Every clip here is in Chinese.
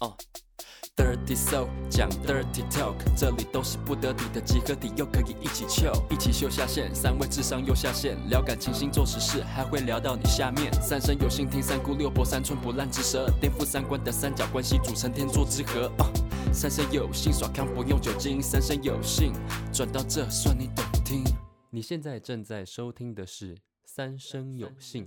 哦、Dirty Soul 讲 Dirty Talk，这里都是不得体的集合体，又可以一起秀，一起秀下限，三位智商又下线，聊感情、星座、时事，还会聊到你下面。三生有幸听三姑六婆，三寸不烂之舌，颠覆三观的三角关系组成天作之合。哦、三生有幸耍康不用酒精，三生有幸转到这算你懂听。你现在正在收听的是《三生有幸》。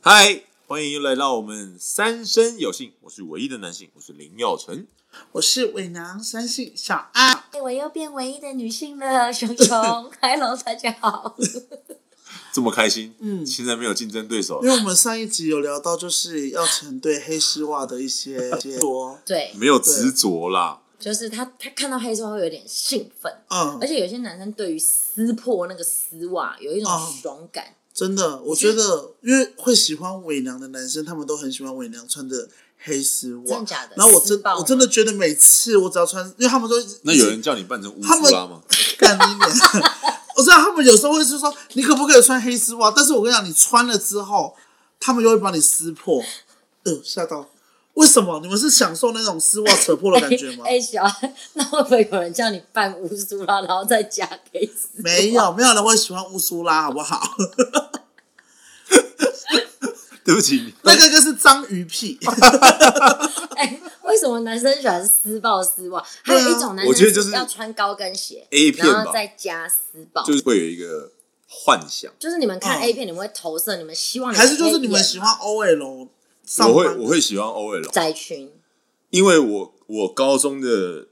嗨，欢迎又来到我们三生有幸，我是唯一的男性，我是林耀成。我是伪娘三性小安，哎，我又变唯一的女性了，熊 熊，Hello，大家好。这么开心，嗯现在没有竞争对手因，为我们上一集有聊到，就是要成对黑丝袜的一些解说， 对，没有执着啦。就是他，他看到黑丝袜会有点兴奋，嗯而，且有些男生对于撕破那个丝袜有一种哦爽感。真的，我觉得因为会喜欢伪娘的男生，他们都很喜欢伪娘穿的黑丝袜，真的假的然后我真丝袜吗我真的觉得每次我只要穿，因为他们都那有人叫你扮成乌他苏们拉吗？干你脸。 我知道他们有时候会是说你可不可以穿黑丝袜，但是我跟你讲，你穿了之后，他们就会把你撕破。呃，吓到！为什么？你们是享受那种丝袜扯破的感 觉吗？哎、小安，那会不会有人叫你扮乌苏拉，然后再加黑 丝？没有，没有人会喜欢乌苏拉，好不好？ 对不起，那个就是章鱼屁， 哎、为什么男生喜欢撕爆丝袜？还有一种男我生觉得就是要穿高跟鞋 A 片吧然后再加丝爆。就是会有一个幻想。就是你们看哦 A 片，你们会投射，你们希望还是就是你们喜欢欢 OL 上我班？会我会喜欢 OL，窄裙，因为我我高中的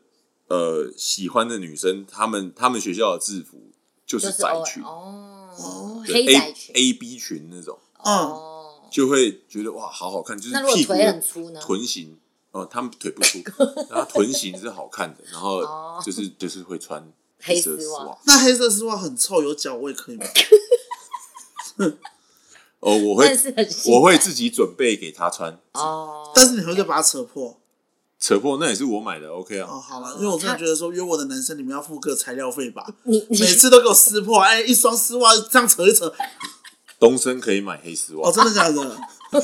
呃喜欢的女生，她们她们学校的制服就就是是窄 O 裙，哦，对黑窄 A 裙 A B 裙那种，嗯，哦。就会觉得哇，好好看，就是那如果屁股腿的很粗呢？臀型，哦、他们腿不 粗，然后臀型是好看的，然后哦就是、就是会穿 黑色丝袜袜。那黑色丝袜很臭，有脚味可以吗？哦，我会但是很性感我会自己准备给他穿，哦，但是你会再把它扯破扯破那也是我买的，OK 啊。哦。好了，因为我真的觉得说约我的男生，你们要付个材料费吧， 你你每次都给我撕破，哎，一双丝袜这样扯一扯，东升可以买黑丝袜，哦，真的 假的？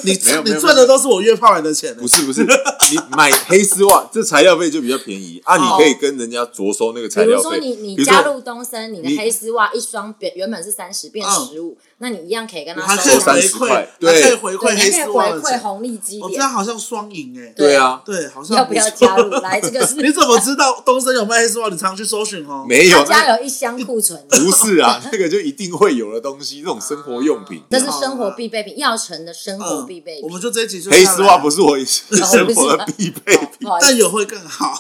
你没有没有你赚的都是我约炮来的钱，欸不是不 是，你买黑丝袜这材料费就比较便宜啊，哦你可以跟人家酌收那个材比料如说费。你你比如加说入东森，你你的黑丝袜一双原原本是三十变嗯十五，那你一样可以跟我还他可以收收三回十馈，块还可以回对，馈黑你还可以丝回袜的馈钱。红利基我这点样，好像双赢哎，对啊，对，好像要不错要加入？来，这个是 你怎么知道东森有卖黑丝袜？你常去搜寻哦。没有他那家有一箱库存，不是啊，那个就一定会有的东西，那种生活用 品。这是生活必备品，药城的生活必备嗯我们品。就这一集就 黑丝袜不是，啊是我生活的必备品。不好意但思，有会更好。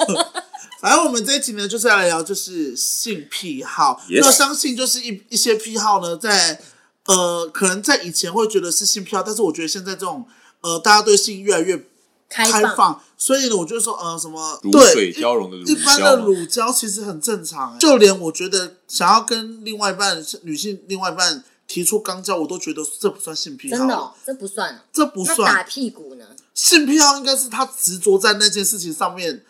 反正我们这一集呢，就是要来聊就是性癖好。 Yes 那相信就是一一些癖好呢，在呃，可能在以前会觉得是性癖好，但是我觉得现在这种呃，大家对性越来越开开放放，所以呢，我就说呃，什么 如对水交融的乳一般胶的嘛乳胶其实很正常、欸，就连我觉得想要跟另外一半女性另外一半提出肛交，我都觉得这不算性癖好，真的哦这不算哦。这不那打算屁股呢？性癖好，应该是他执着在那件事情上面，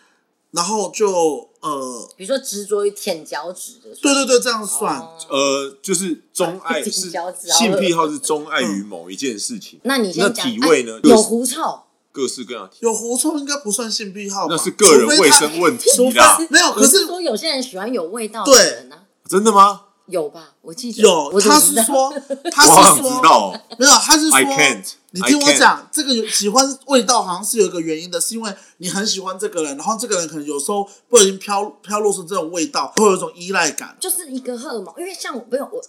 然后就呃，比如说执着于舔脚趾的，对对对，这样算。哦。呃，就是钟 爱是挺小只啊性癖好是钟爱于某一件事情，嗯那你先讲那体味呢哎有狐臭，各式各样的体，有狐臭应该不算性癖好吧，那是个人卫生问题除非啦他。没有，可我是说有些人喜欢有味道的人呢，真的吗？有吧？我记得有，我怎么他知是道说，他啊我好是想知说，道哦。没有，他是说 I can't，你听 I 我 can't 讲，这个有喜欢味道好像是有一个原因的，是因为你很喜欢这个人，然后这个人可能有时候不小心飘飘落出这种味道，会有一种依赖感。 就是一个荷尔蒙，因为像我没有我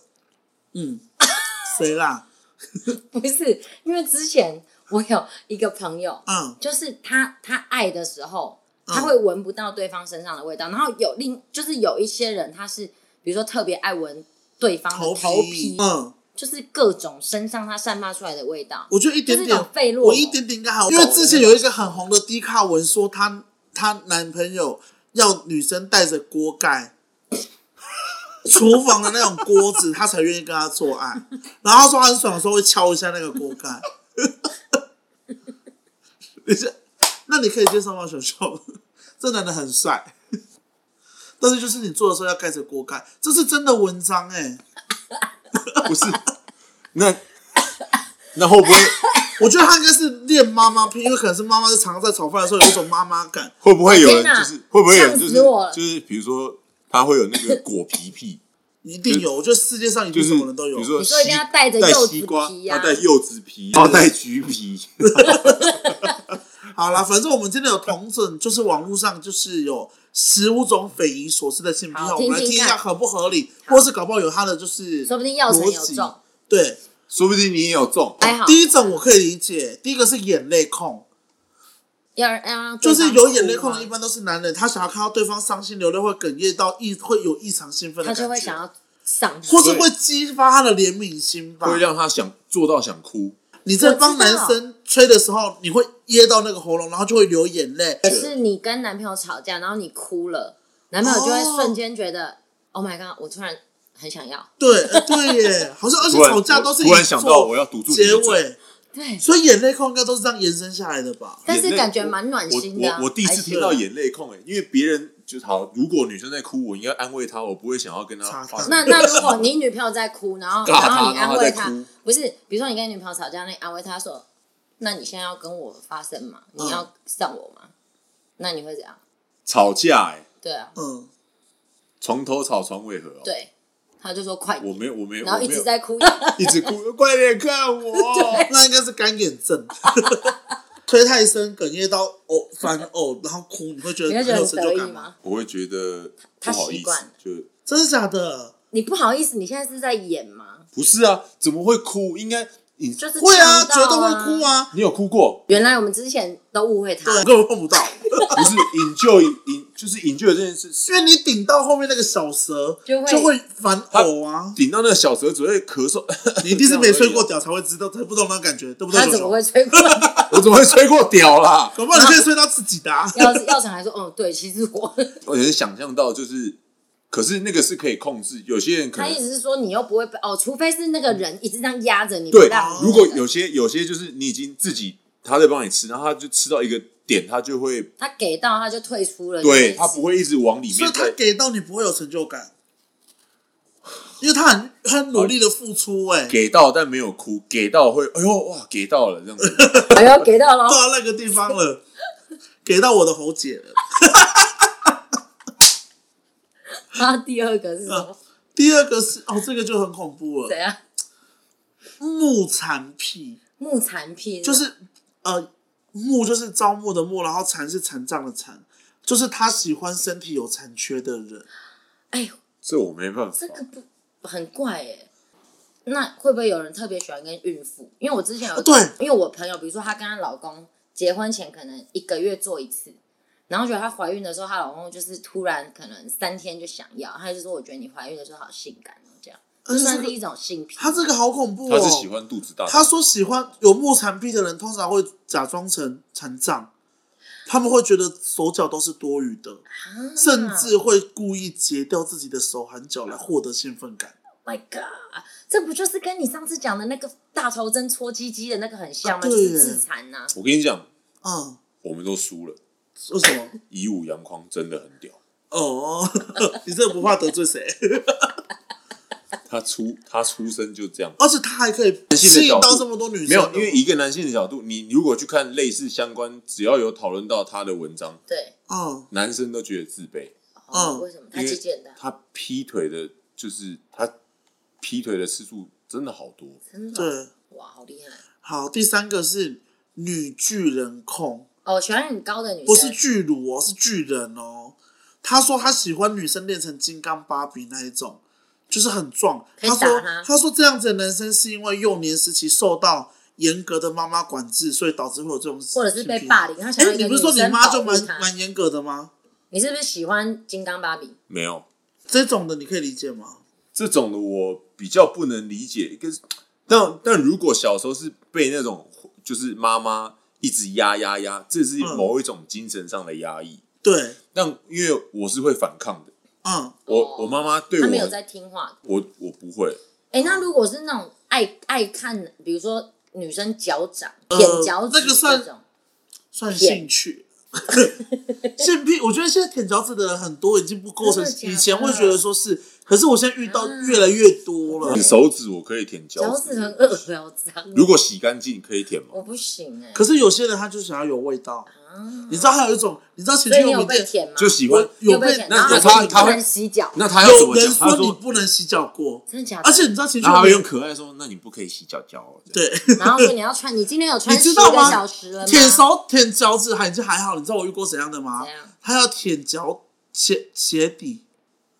嗯，谁啦？不是因为之前我有一个朋友，嗯就是他他爱的时候，嗯他会闻不到对方身上的味道，然后有另就是有一些人他是比如说特别爱闻对方的头啊头皮，皮嗯，就是各种身上他散发出来的味道，我觉得一点就是那点种费，洛蒙我一点点应该还好，因为之前有一个很红的低卡文说她她男朋友要女生带着锅盖。 厨房的那种锅子，她才愿意跟他做爱。然后她说她很爽的时候会敲一下那个锅盖。 你是，那你可以接受吗，熊熊？ 这男的很帅，但是就是你做的时候要盖着锅盖，这是真的文章哎、 不是，那那会不会我觉得他应该是练妈妈拼，因为可能是妈妈是常常在炒饭的时候有一种妈妈感。会不会有人哦天哪就是会不会有人就呛死我了是就是比如说他会有那个果皮 癖，一定有，我觉得世界上一定就是什么人都有。比如说你说一定西要带着带柚西子瓜皮，呀要带柚子皮，要带橘 皮，好啦，反正我们今天有同整，就是网络上就是有十五种匪夷所思的性癖好，好我们来听听听一看下合不合理，或是搞不好有他的就是说不定药神有逻辑中。对，说不定你也有中。还好，第一种我可以理解，第一个是眼泪控，要让让对就方是有眼泪哭控吗的一般都是男人，他想要看到对方伤心流泪，会哽咽到异，会有异常兴奋的他感觉，就会想要上去，或是会激发他的怜悯心吧。会让他想做到想哭，你在我帮知道男生吹的时候，你会噎到那个喉咙，然后就会流眼泪。可是你跟男朋友吵架，然后你哭了，男朋友就哦会瞬间觉得、Oh my god，我突然很想要。对，呃对 耶，好像而且突然吵架都是突然以想做到我要堵住你的结嘴尾，对，所以眼泪控应该都是这样延伸下来的吧？但是眼泪感觉蛮暖我心的啊、我我第一次听到还是眼泪控哎、欸因为别人就好，如果女生在哭，我应该安慰她，我不会想要跟她擦发生。 那那如果你女朋友在哭，然后尬她然后你然安后她慰在她哭，不是，比如说你跟你女朋友吵架，那你安慰她说：“那你现在要跟我发生吗？你嗯要上我吗？”那你会怎样？ 吵架哎、欸对啊，嗯，床头吵床尾和、哦。，对，他就说快我点，没有我没有，然后我一没直有在 哭， 一直哭，快点看哦我。那应该是干眼症， 吹太深哽咽到呕反呕，然后哭，你会觉你得会很觉得有很成得就意感吗？吗？我会觉得不好意他习惯思了，就真的假的？你不好意思，你现在是在演吗？不是啊，怎么会哭？应该你就是会啊，呛绝到对会哭啊！你有哭过？原来我们之前都误会他对，，根本碰不到， 不 是 enjoy in 就是 enjoy 这件事是，因为你顶到后面那个小蛇，就会就会反呕啊！顶到那个小蛇只会咳嗽， 你一定是没吹过屌才会知道，才不懂那感觉，对不对？他怎九么九会吹 过？ 我怎么会吹过屌啦？搞不好你可以吹到自己的、啊。药药厂还说：“哦，对，其实我。” 我能想象到，就是，可是那个是可以控制，有些人可他能意思是说，你又不会被哦，除非是那个人一直这样压着你，对不让，你如果有些有些就是你已经自己他在帮你吃，然后他就吃到一个点，他就会他给到他就退出了，对就是他不会一直往里所以面他再。给到你不会有成就感，因为他很他很努力的付出、哎，给到但没有哭，给到会哎呦哇给到了这样子，哎呦给到了 到，那个地方了，给到我的喉结了。他第二个是什么？第二个是哦，这个就很恐怖怎了，样？木蝉癖，木啊残癖就不是呃木就是招募的木，然后蝉是残障的蝉，就是他喜欢身体有残缺的人。哎呦，这我没办法。这个不很怪哎。那会不会有人特别喜欢跟孕妇？因为我之前有啊对因为我朋友，比如说她跟她老公结婚前可能一个月做一次，然后觉得她怀孕的时候，她老公就是突然可能三天就想要，她就说我觉得你怀孕的时候好性感哦，这样，而呃这且这算个是一种性癖。他这个好恐怖哦，他是喜欢肚子大的，他说喜欢有木残癖的人，通常会假装成残障，他们会觉得手脚都是多余的，啊甚至会故意截掉自己的手和脚来获得兴奋感。 My God，这不就是跟你上次讲的那个大头针搓鸡鸡的那个很像吗？啊就对耶是自残呐、我跟你讲，嗯，我们都输了，为什么？以武扬匡真的很屌，哦， 你这不怕得 罪谁？他出他出生就这样，而且他还可以男性的吸引角度到这么多女生，没有，因为以一个男性的角度，你如果去看类似相关，只要有讨论到他的文章，对，嗯，男生都觉得自卑，哦嗯为什么？他因肌为腱的，他劈腿的，就是他劈腿的次数真的好多。真的哦，对，哇，好厉害！好，第三个是女巨人控，哦，喜欢很高的女生，不是巨乳哦，是巨人哦。他说他喜欢女生练成金刚芭比那一种，就是很壮。可以打他说他他说这样子的男生是因为幼年时期受到严格的妈妈管制，所以导致会有这种或者是被霸凌。凌。他想要哎，一个你不女是说你生妈就保护蛮她蛮严格的吗？你是不是喜欢金刚芭比？没有这种的你可以理解吗？这种的，我比较不能理解。一个是，但但如果小时候是被那种就是妈妈一直压压压，这是嗯某一种精神上的压抑。对，但因为我是会反抗的，嗯，我哦我妈妈对她我没有在听话的。我我不会，哎，那如果是那种爱爱看，比如说女生脚掌、呃舔脚趾那个算这种，算舔兴趣。 性癖，我觉得现在舔脚趾的人很多，已经不构成真的假的嗯以前会觉得说是可是我现在遇到越来越多了你，手指我可以舔脚脚趾很恶心好脏。如果洗干净可以舔吗？我不行哎、可是有些人他就想要有味道，你知道还有一种，你知道情啊所趣以你用品有被店舔吗？就喜欢我。你有有被被舔，那然后那他他他不会能洗脚，那他要怎有么讲？人他说你说，不能洗脚过，真的假的？而且你知道情趣然后他用会用品可爱说：“那你不可以洗脚脚哦。”对然后说你要穿，你今天有 穿你十知道个吗小时了吗？舔手舔脚趾还就还好，你知道我遇过怎样的吗怎样？他要舔脚鞋鞋底，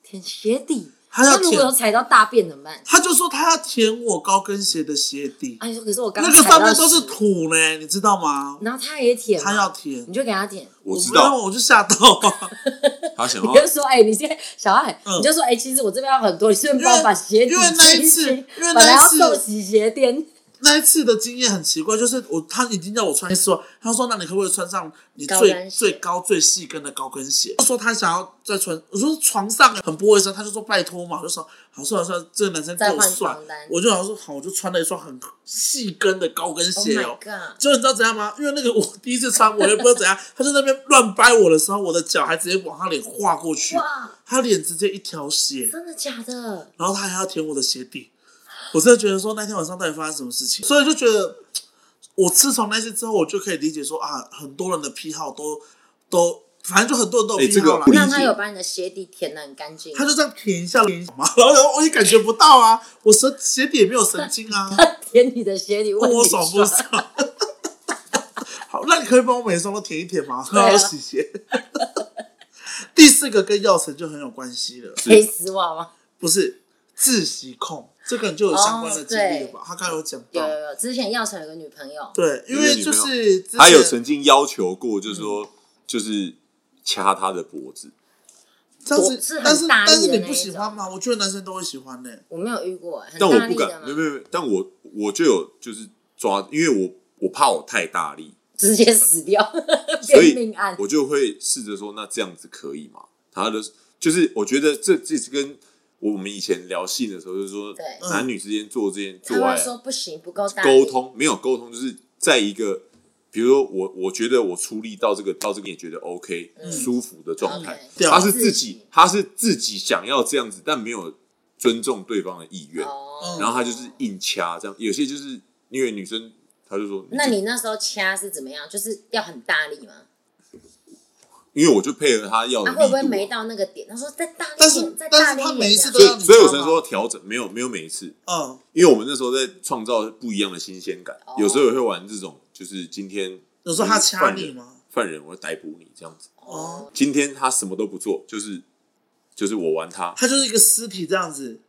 舔鞋底，还要那如果舔有踩到大便怎么办？他就说他要舔我高跟鞋的鞋底，啊，你说可是我刚那踩个到上面都是屎，土呢，你知道吗？然后他也舔吗，他要舔你，就给他舔，我知然道，后我就吓到啊，他想你要就说哎，你现在小爱，嗯你就说哎，其实我这边要很多，你顺便帮我把鞋底因为那一清次清因为本来那一要次送洗鞋垫，那一次的经验很奇怪，就是我他已经要我穿丝袜，他说那你可不可以穿上你高跟最鞋最高最细跟的高跟鞋？他说他想要再穿，我说床上很不卫生，他就说拜托嘛，我就说好算了算了，这个男生再够换帅床单，我就想说好，我就穿了一双很细跟的高跟 Oh 鞋 my 哦。 god！就你知道怎样吗？因为那个我第一次穿，我也不知道怎样，他就在那边乱掰我的时候，我的脚还直接往他脸划过去，哇，他脸直接一条血。真的假的？然后他还要舔我的鞋底，我真的觉得说那天晚上到底发生什么事情，所以就觉得我自从那次之后，我就可以理解说啊，很多人的癖好都都，反正就很多人都有哎癖好这个啦。不理那解他有把你的鞋底舔的很干净，他就这样舔一下，舔一下嘛， 然后我也感觉不到啊，我神鞋底也没有神经 啊， 舔你的鞋底，问我你爽不爽？ 好，那你可以帮我每一双都舔一舔吗？对啊好洗鞋。 第四个跟药神就很有关系了，黑丝袜吗？不是自习控，这个你就有相关的哦经历了对吧？他刚才有讲到，有有有，之前药城有个女朋友，啊对，因为就是之前他有曾经要求过，就是说，就是掐他的脖子。嗯但我是是很但是大力的但是你那一不喜种欢吗？我觉得男生都会喜欢呢、我没有遇过，很但我大不力的敢，没有吗？没有，没有但我我就有就是抓，因为我我怕我太大力，直接死掉， 所变以命案。我就会试着说，那这样子可以吗？他的就是我觉得这这是跟我们以前聊性的时候，就是说对嗯男女之间做这件他做爱啊会说不行，不够大力沟，通没有沟通，就是在一个比如说我我觉得我出力到这个到这个也觉得 OK、舒嗯服的状态，对他是自自己己他是自己想要这样子，但没有尊重对方的意愿，嗯哦，然后他就是硬掐这样，有些就是因为女生。他就说，那你那时候掐是怎么样？就是要很大力吗？因为我就配合他要的他力哦度啊、会不会没到那个点？他说再大力但一是点，再但大是力一他点每一次这都样。要你所以我才知道说吗，调整，没有没有每一次，嗯，因为我们那时候在创造不一样的新鲜感，有时候也哦会玩这种，就是今天有时候他掐犯你人吗？犯人，我会逮捕你这样子。哦，今天他什么都不做，就是就是我玩他，他就是一个尸体这样子，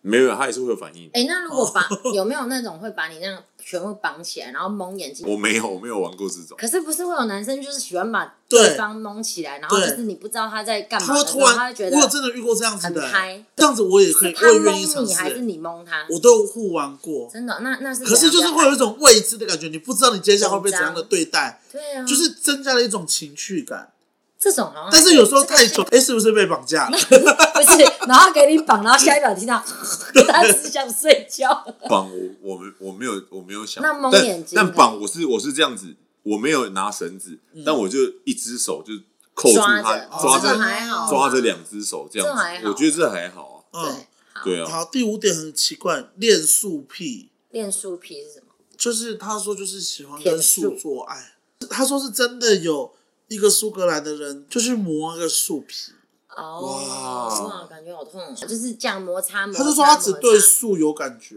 没有他也是会有反应。哎、那如哦果把有没有那种会把你那样全部绑起来，然后蒙眼睛？我没有我没有玩过这种，可是不是会有男生就是喜欢把对对方蒙起来，然后就对是你不知道他在干嘛他会啊的时突候，他然会觉，得我有真的遇过这样子的、很嗨这样子我也可以，他我也愿意蒙尝你试、还是你蒙他？我都有互玩过。真的，那那是可是怎就样是比较会有一种未知的感觉，你不知道你接下来会被怎样的紧张对待，对啊，就是增加了一种情趣感。这种好像还，但是有时候太久久，哎，是不是被绑架了？ 不是，然后给你绑，然后下一秒听到 他只想睡觉。绑我我们我没有我没有想，那蒙眼但睛但呢嗯绑我是我是这样子，我没有拿绳子，但我就一只手就扣住抓他着，，抓这着个还好，啊抓着两只手这样这还子，好我觉得这还好啊，嗯对，，好对啊，好，第五点很奇怪，恋树癖。练树皮是什么？就是他说就是喜欢舔跟树树做爱，他说是真的有一个苏格兰的人就去磨那个树皮，哦，哇，感觉好痛哦，就是这样摩擦啊摩擦。他就说他只对摩擦树有感觉。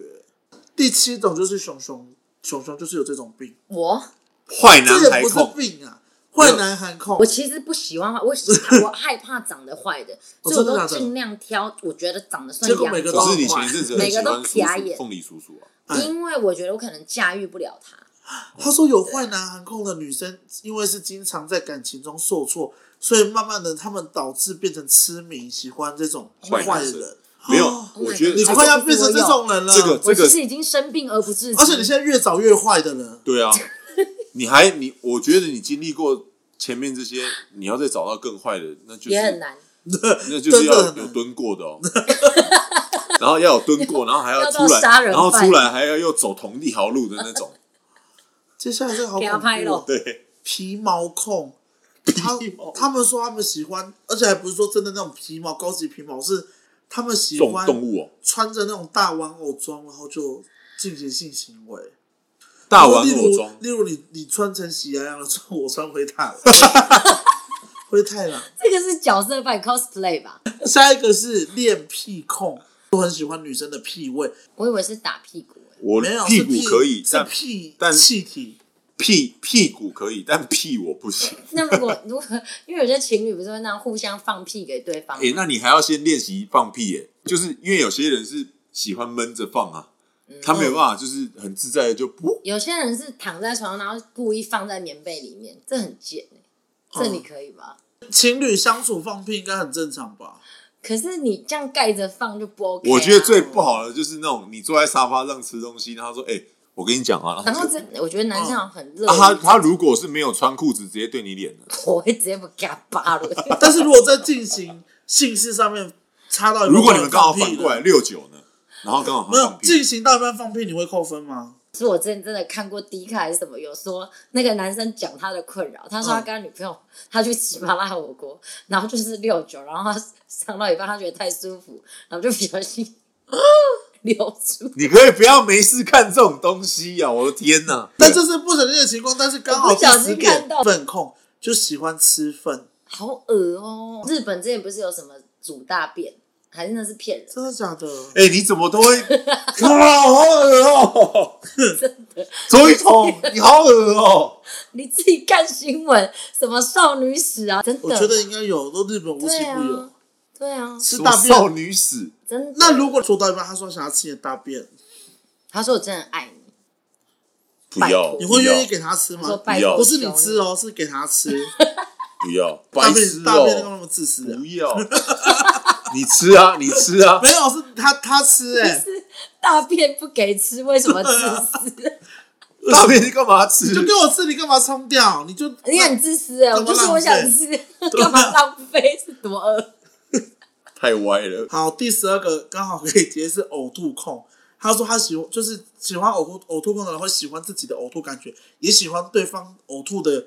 第七种就是熊熊，熊熊就是有这种病，我，坏男这孩也不是控，病啊，坏男孩控我。其实不喜欢坏，我我害怕长得坏的， 哦所以我真的都假的尽量挑我觉得长得算结果阳每个可都光是的你前一阵子很每喜个欢都叔瞟叔眼凤梨叔叔啊，哎因为我觉得我可能驾驭不了他。他说有坏男孩控的女生，因为是经常在感情中受挫，所以慢慢的他们导致变成痴迷，喜欢这种坏男坏生人。没有哦，我 my 觉 god 得你这快个要变成这种人了，这个我这个其实已经生病而不自知，而且你现在越早越坏的人，对啊，你还你，我觉得你经历过前面这些，你要再找到更坏的，那就是也很，难，那就是真的要很难有蹲过的哦。然后要有蹲过，然后还要出到来，杀人犯然后出来还要又走同一条路的那种，接下来这个好给恐他拍怖、哦了。。对，皮毛控，他他们说他们喜欢，而且还不是说真的那种皮毛，高级皮毛是他们喜动欢动物哦，穿着那种大玩偶装，然后就进行性行为。大玩例偶如装，例如你你穿成喜羊羊的时候，我穿灰太狼， 灰太狼。这个是角色扮 cosplay 吧？下一个是练屁控，我很喜欢女生的屁味，我以为是打屁股、欸，我没有屁是股可以，是但屁但气体。屁屁股可以，但屁我不行。那如果 如果因为有些情侣不是会那样互相放屁给对方吗，哎，那你还要先练习放屁，哎，就是因为有些人是喜欢闷着放啊，他没有办法，就是很自在的就不。有些人是躺在床上，然后故意放在棉被里面，这很贱、欸、这哦你可以吧？情侣相处放屁应该很正常吧？可是你这样盖着放就不 OK 啊、我觉得最不好的就是那种你坐在沙发上吃东西，然后说：“哎，我跟你讲啊。”然然后后就这，我觉得男生好像很热、啊他他如果是没有穿裤子，直接对你脸了。我会直接把他扒了。 但是如果在进行性事上面插到一半，如果你们刚好反放屁过来的，六九呢，然后刚好没他有放屁，进行到一半放屁，你会扣分吗？是我之前真的看过迪卡还是什么，有说那个男生讲他的困扰，他说嗯他跟他女朋友、他去吃麻辣火锅，然后就是六九，然后他上到一半他觉得太舒服，然后就不小心 流出。你可以不要没事看这种东西呀、我的天哪！ 但这是不成立的情况，但是刚好我不小心第十点看到粪控就喜欢吃粪，好恶哦！日本之前不是有什么煮大便，还是那是骗人？ 真的假的？哎、你怎么都 会，啊，好恶哦、周一彤，你好恶哦、你自己看新闻，什么少女屎啊，真的？我觉得应该有，都日本无奇对不有啊。，对啊，吃什大么少便，女屎，真的。那如果做到一半，他说想要吃你的大便，他说我真的爱你，不拜要，托你会不要愿意给他吃他说吗？拜要托，不是你吃，哦，是给他吃。不要，大白痴便大便那个哦、那么自私啊不？要， 你吃啊，你吃啊没，有，是他他吃哎，大便不给吃，为什么自私？ 大便你干嘛吃你？就给我吃，你干嘛冲掉？你就你很自私哎、干我嘛就是我想吃，干嘛浪费？是多饿？太歪了，好，第十二个刚好可以接是呕吐控。他说他喜欢，就是喜欢呕吐呕吐控的人会喜欢自己的呕吐感觉，也喜欢对方呕吐的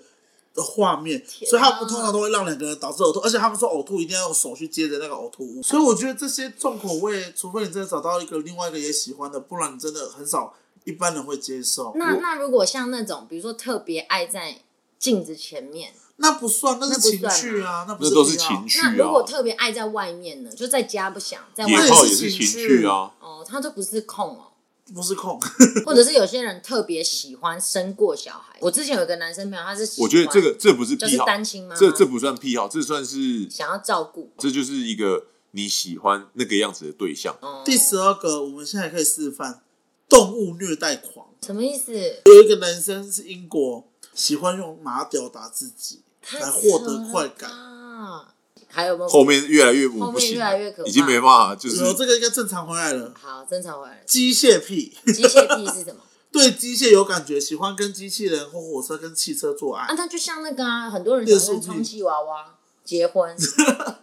的画面，天啊所以他们通常都会让两个人导致呕吐，而且他们说呕吐一定要用手去接着那个呕吐物。所以我觉得这些重口味，除非你真的找到一个另外一个也喜欢的，不然你真的很少一般人会接受。那那如果像那种，比如说特别爱在镜子前面，那不算，那是那不情算啊趣啊，那不那是都是必要情趣那如啊果，特别爱在外面呢？就在家不想，在外野那面也炮是也是情情趣趣啊，哦，他就不是控哦。 不是控。 或者是有些人特别喜欢生过小孩。我之前有一个男生朋友，他是喜欢我觉得这个这不是就癖是好，单亲妈妈，这这不算癖好，这算是想要照顾。这就是一个你喜欢那个样子的对象。哦第十二个，我们现在可以示范动物虐待狂。什么意思？有一个男生是英国，喜欢用马表达自己来获得快感。啊！还有没有后面越来越我不后面行越了，来越可怕已经没办法，就是有这个应该正常回来了。好正常回来了？机械癖， 机械癖是什么？ 对机械有感觉，喜欢跟机器人或火车跟汽车做啊，爱。那就像那个啊，很多人六喜十五欢充气娃娃结婚，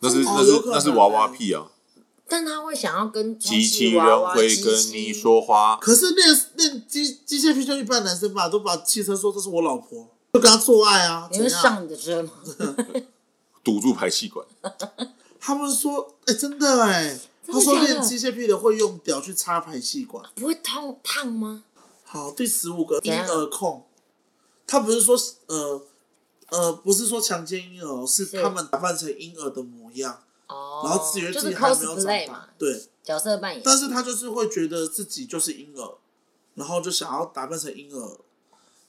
那是哦那是有可能那是娃娃屁啊！但他会想要跟充机器气人娃娃会机跟器你说话，可是练练机机械癖就一般男生吧，都把汽车说这是我老婆，就跟他做爱啊。你会怎样？上你的车吗？ 堵住排气管，他们说，哎、真的哎、真他的说假的练机械癖的会用屌去插排气管。不会痛烫吗？好，第十五个婴怎样儿控，他不是说呃呃，不是说强奸婴儿哦，是是他们打扮成婴儿的模样，哦，然后自以为就自己是还没有长 cosplay 大嘛，，对，角色扮演。但是他就是会觉得自己就是婴儿，然后就想要打扮成婴儿。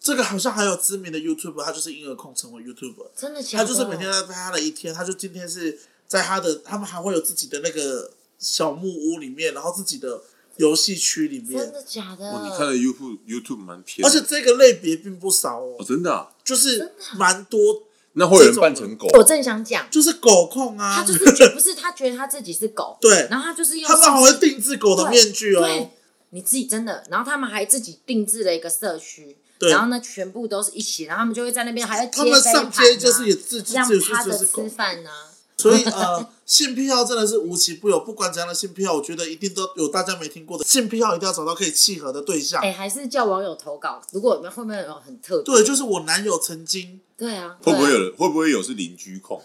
这个好像还有知名的 YouTube，他就是婴儿控成为 YouTube，真的假他的？就是每天在拍他的一天，他就今天是在他的，他们还会有自己的那个小木屋里面，然后自己的游戏区里真面，的假的？哦，你看的 YouTube YouTube 蛮偏而的，且这个类别并不少哦哦，真的啊，就是蛮多，那会有人扮成狗，我正想讲，就是狗控啊，他就是觉不是他觉得他自己是狗，对然后他就是用他们还会定制狗的面具对哦，，你自己真的，然后他们还自己定制了一个社区，对然后呢全部都是一起，然后他们就会在那边还要他们上街就是也也自这己样自己啊趴就着是狗吃，饭呢、啊所以呃， 性癖好真的是无奇不有，不管怎样的性癖好，我觉得一定都有大家没听过的性癖好，一定要找到可以契合的对象哎、。还是叫网友投稿，如果我们后面有很特别，对，就是我男友曾经对啊，会不会对啊有人会不会有是邻居控？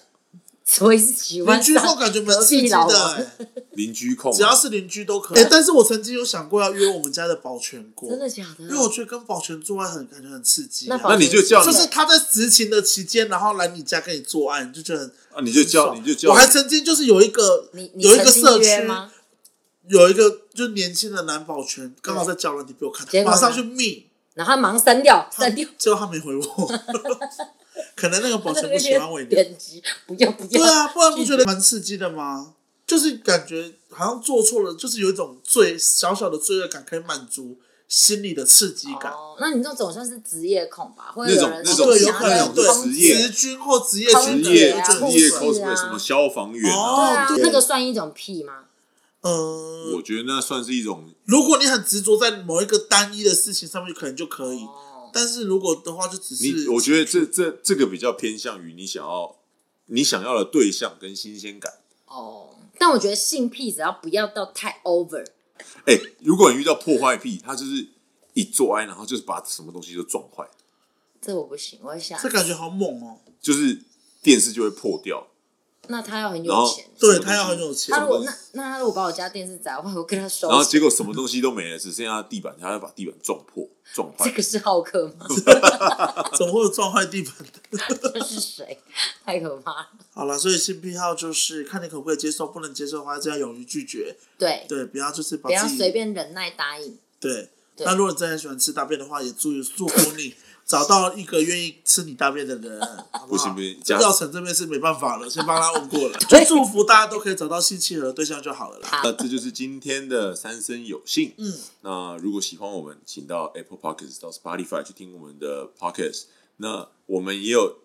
所以是喜欢邻居后上感觉蛮刺地激老的、王欸，邻居控啊只要是邻居 都可以、欸但是我曾经有想过要约我们家的保全过，真的假的？因为我觉得跟保全做爱很感觉很刺激、那啊。保那你就叫全就是他在执勤的期间，然后来你家跟你做爱，你就觉得很啊，你就叫爽你就叫我，还曾经就是有一个你你有一个曾经社约区，吗？有一个就年轻的男保全刚好在交流，你比我看嗯结，果马呢上去密，然后他忙删掉删掉，结果他没回 我，可能那个保全不喜欢我一点。 点击不要不要。对啊，不然不觉得蛮刺激的吗？就是感觉好像做错了，就是有一种罪小小的罪恶感可以满足心理的刺激感。哦，那你这种算是职业控吧？会那有种人那说种对，想有要可能那种对职业职军或职业职军的业人啊就职很业啊爽 cosplay 什么消防员对啊，哦啊，对那个算一种屁吗？呃，我觉得那算是一种如果你很执着在某一个单一的事情上面，可能就可以。哦，但是如果的话，就只你，是我觉得这这这个比较偏向于你想要你想要的对象跟新鲜感。哦，但我觉得性癖只要不要到太 over，哎、如果你遇到破坏癖，他就是一做爱，然后就是把什么东西都撞坏，这我不行，我会想这，感觉好猛哦。就是电视就会破掉。那他要很然有后钱。对他要很有钱他什如么果东西那那他如果把我家电视砸坏，我跟他收然后拾，结果什么东西都没了，只剩下地板，他要把地板撞破、撞这坏。个是浩克吗？怎么会有撞坏地板的？ 这是谁？ 太可怕了。好了，所以性癖好就是看你可不可以接受，不能接受的话，就要勇于拒绝。对，对，不要就是把不要自己随便忍耐答应。对。对那如果你真的喜欢吃大便的话，也祝祝福你找到一个愿意吃你大便的人，好不不行好不行？这假廖晨这边是没办法了，先帮他问过了。就祝福大家都可以找到性契合的对象就好了啦。好那，这就是今天的三生有幸。嗯，那如果喜欢我们，请到 Apple Podcasts 到 Spotify 去听我们的 Podcast。那我们也有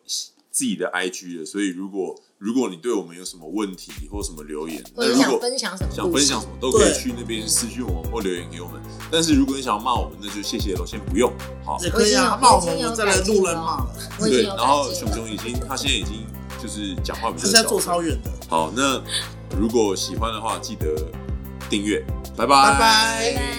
自己的 IG 的，所以如果如果你对我们有什么问题或什么留言，或那者如想果分享什么想故分事？享什么都可以对去那边私讯我们或留言给我们。但是如果你想要骂我们，那就谢谢了，先不用。好，也可以啊，骂我们，我们再来路人骂了。我已对，经有然后改进熊了熊已经他现在已经就是讲话比他较现在小坐声。超远的，好，那如果喜欢的话，记得订阅，拜拜拜。拜拜。